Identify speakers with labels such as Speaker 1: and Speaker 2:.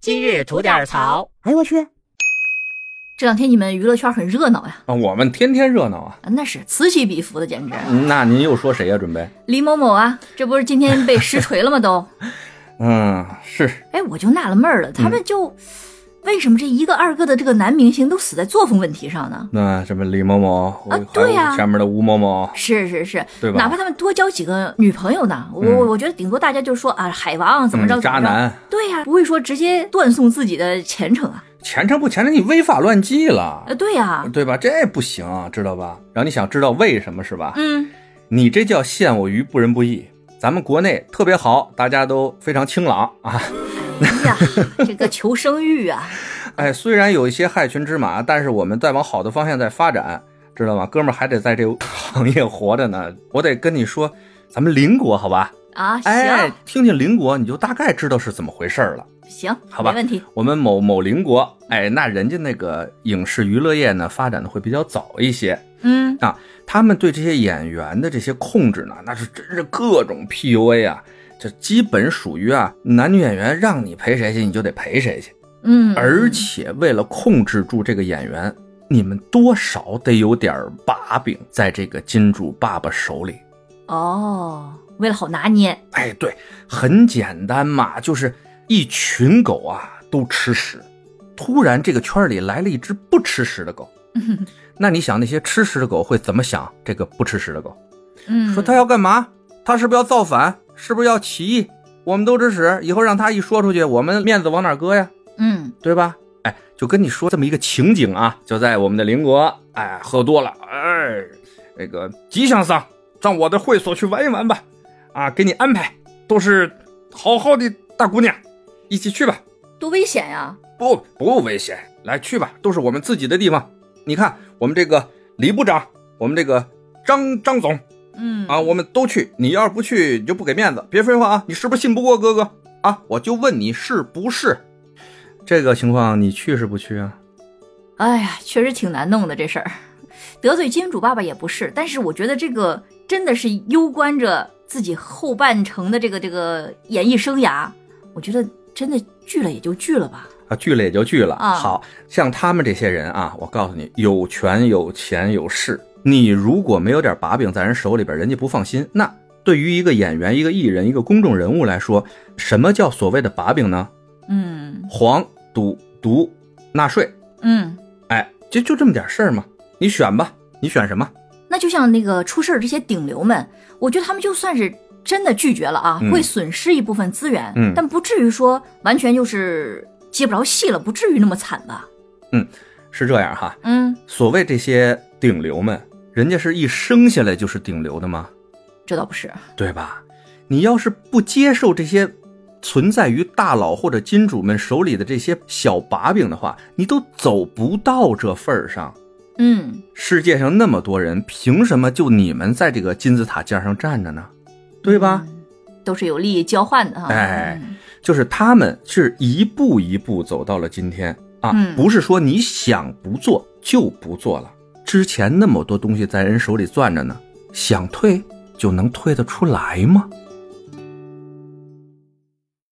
Speaker 1: 今日吐点槽。
Speaker 2: 哎我去，这两天你们娱乐圈很热闹呀，
Speaker 3: 啊，我们天天热闹啊。
Speaker 2: 啊那是此起彼伏的，简直。
Speaker 3: 那您又说谁呀、准备？
Speaker 2: 李某某啊，这不是今天被实锤了吗？ 都，
Speaker 3: 嗯，是
Speaker 2: 哎，我就纳了闷儿了，他们就、为什么这一个二个的这个男明星都死在作风问题上呢？
Speaker 3: 那什么李某某，
Speaker 2: 啊
Speaker 3: 还
Speaker 2: 对呀
Speaker 3: 有前面的吴某某，
Speaker 2: 是是是，
Speaker 3: 对吧
Speaker 2: 哪怕他们多交几个女朋友呢，我
Speaker 3: 嗯
Speaker 2: 我、我觉得顶多大家就说啊，海王怎么着、
Speaker 3: 嗯
Speaker 2: 怎
Speaker 3: 渣
Speaker 2: 么着，
Speaker 3: 男，
Speaker 2: 对呀、不会说直接断送自己的前程啊，
Speaker 3: 前程不前程，你违法乱纪了
Speaker 2: 呃，，对呀、
Speaker 3: 对吧？这不行，啊知道吧？然后你想知道为什么是吧？
Speaker 2: 嗯，
Speaker 3: 你这叫陷我于不仁不义。咱们国内特别好，大家都非常清朗啊。
Speaker 2: 哎呀，这个求生欲啊，
Speaker 3: 哎，虽然有一些害群之马，但是我们在往好的方向在发展，知道吗？哥们儿还得在这个行业活着呢。我得跟你说，咱们邻国好吧？
Speaker 2: 啊， 行、
Speaker 3: 哎，听听邻国，你就大概知道是怎么回事儿了。
Speaker 2: 行，
Speaker 3: 好吧
Speaker 2: 没问题，
Speaker 3: 我们某某邻国，哎，那人家那个影视娱乐业呢，发展的会比较早一些。
Speaker 2: 嗯，
Speaker 3: 他们对这些演员的这些控制呢，那是真是各种 PUA 啊，这基本属于啊男女演员让你陪谁去你就得陪谁去，
Speaker 2: 嗯，
Speaker 3: 而且为了控制住这个演员，你们多少得有点儿把柄在这个金主爸爸手里。
Speaker 2: 哦，为了好拿捏，
Speaker 3: 哎，对，很简单嘛，就是一群狗啊都吃屎，突然这个圈里来了一只不吃屎的狗， 那你想那些吃屎的狗会怎么想？这个不吃屎的狗
Speaker 2: 嗯，
Speaker 3: 说他要干嘛？他是不是要造反？是不是要起义？我们都吃屎，以后让他一说出去，我们面子往哪儿搁呀？
Speaker 2: 嗯，
Speaker 3: 对吧？哎，就跟你说这么一个情景啊，就在我们的邻国，哎，喝多了，哎，那个吉祥桑，上我的会所去玩一玩吧，啊，给你安排，都是好好的大姑娘，一起去吧，
Speaker 2: 多危险呀、
Speaker 3: 不不危险，来去吧，都是我们自己的地方。你看，我们这个李部长，我们这个张张总
Speaker 2: 嗯
Speaker 3: 啊，我们都去，你要是不去，你就不给面子，别废话啊，你是不是信不过哥哥啊？我就问你是不是？这个情况你去是不去啊？
Speaker 2: 哎呀，确实挺难弄的这事儿，得罪金主爸爸也不是，但是我觉得这个真的是攸关着自己后半程的这个这个演艺生涯，我觉得真的拒了也就拒了吧，
Speaker 3: 啊，拒了也就拒了。
Speaker 2: 啊
Speaker 3: 好像他们这些人啊，我告诉你，有权有钱有势，你如果没有点把柄在人手里边，人家不放心。那对于一个演员、一个艺人、一个公众人物来说，什么叫所谓的把柄呢？
Speaker 2: 嗯
Speaker 3: 黄、赌、毒、纳税，
Speaker 2: 嗯，
Speaker 3: 哎，这就这么点事儿嘛。你选吧，你选什么？
Speaker 2: 那就像那个出事儿这些顶流们，我觉得他们就算是真的拒绝了啊，
Speaker 3: 嗯
Speaker 2: 会损失一部分资源，
Speaker 3: 嗯
Speaker 2: 但不至于说完全就是接不着戏了，不至于那么惨吧？
Speaker 3: 是这样哈，
Speaker 2: 嗯，
Speaker 3: 所谓这些顶流们，人家是一生下来就是顶流的吗？
Speaker 2: 这倒不是，
Speaker 3: 对吧？你要是不接受这些存在于大佬或者金主们手里的这些小把柄的话，你都走不到这份儿上。
Speaker 2: 嗯。
Speaker 3: 世界上那么多人，凭什么就你们在这个金字塔尖上站着呢？对吧？
Speaker 2: 嗯都是有利益交换的哈。
Speaker 3: 哎
Speaker 2: 嗯，
Speaker 3: 就是他们是一步一步走到了今天啊
Speaker 2: 嗯，
Speaker 3: 不是说你想不做就不做了。之前那么多东西在人手里攥着呢，想退就能退得出来吗？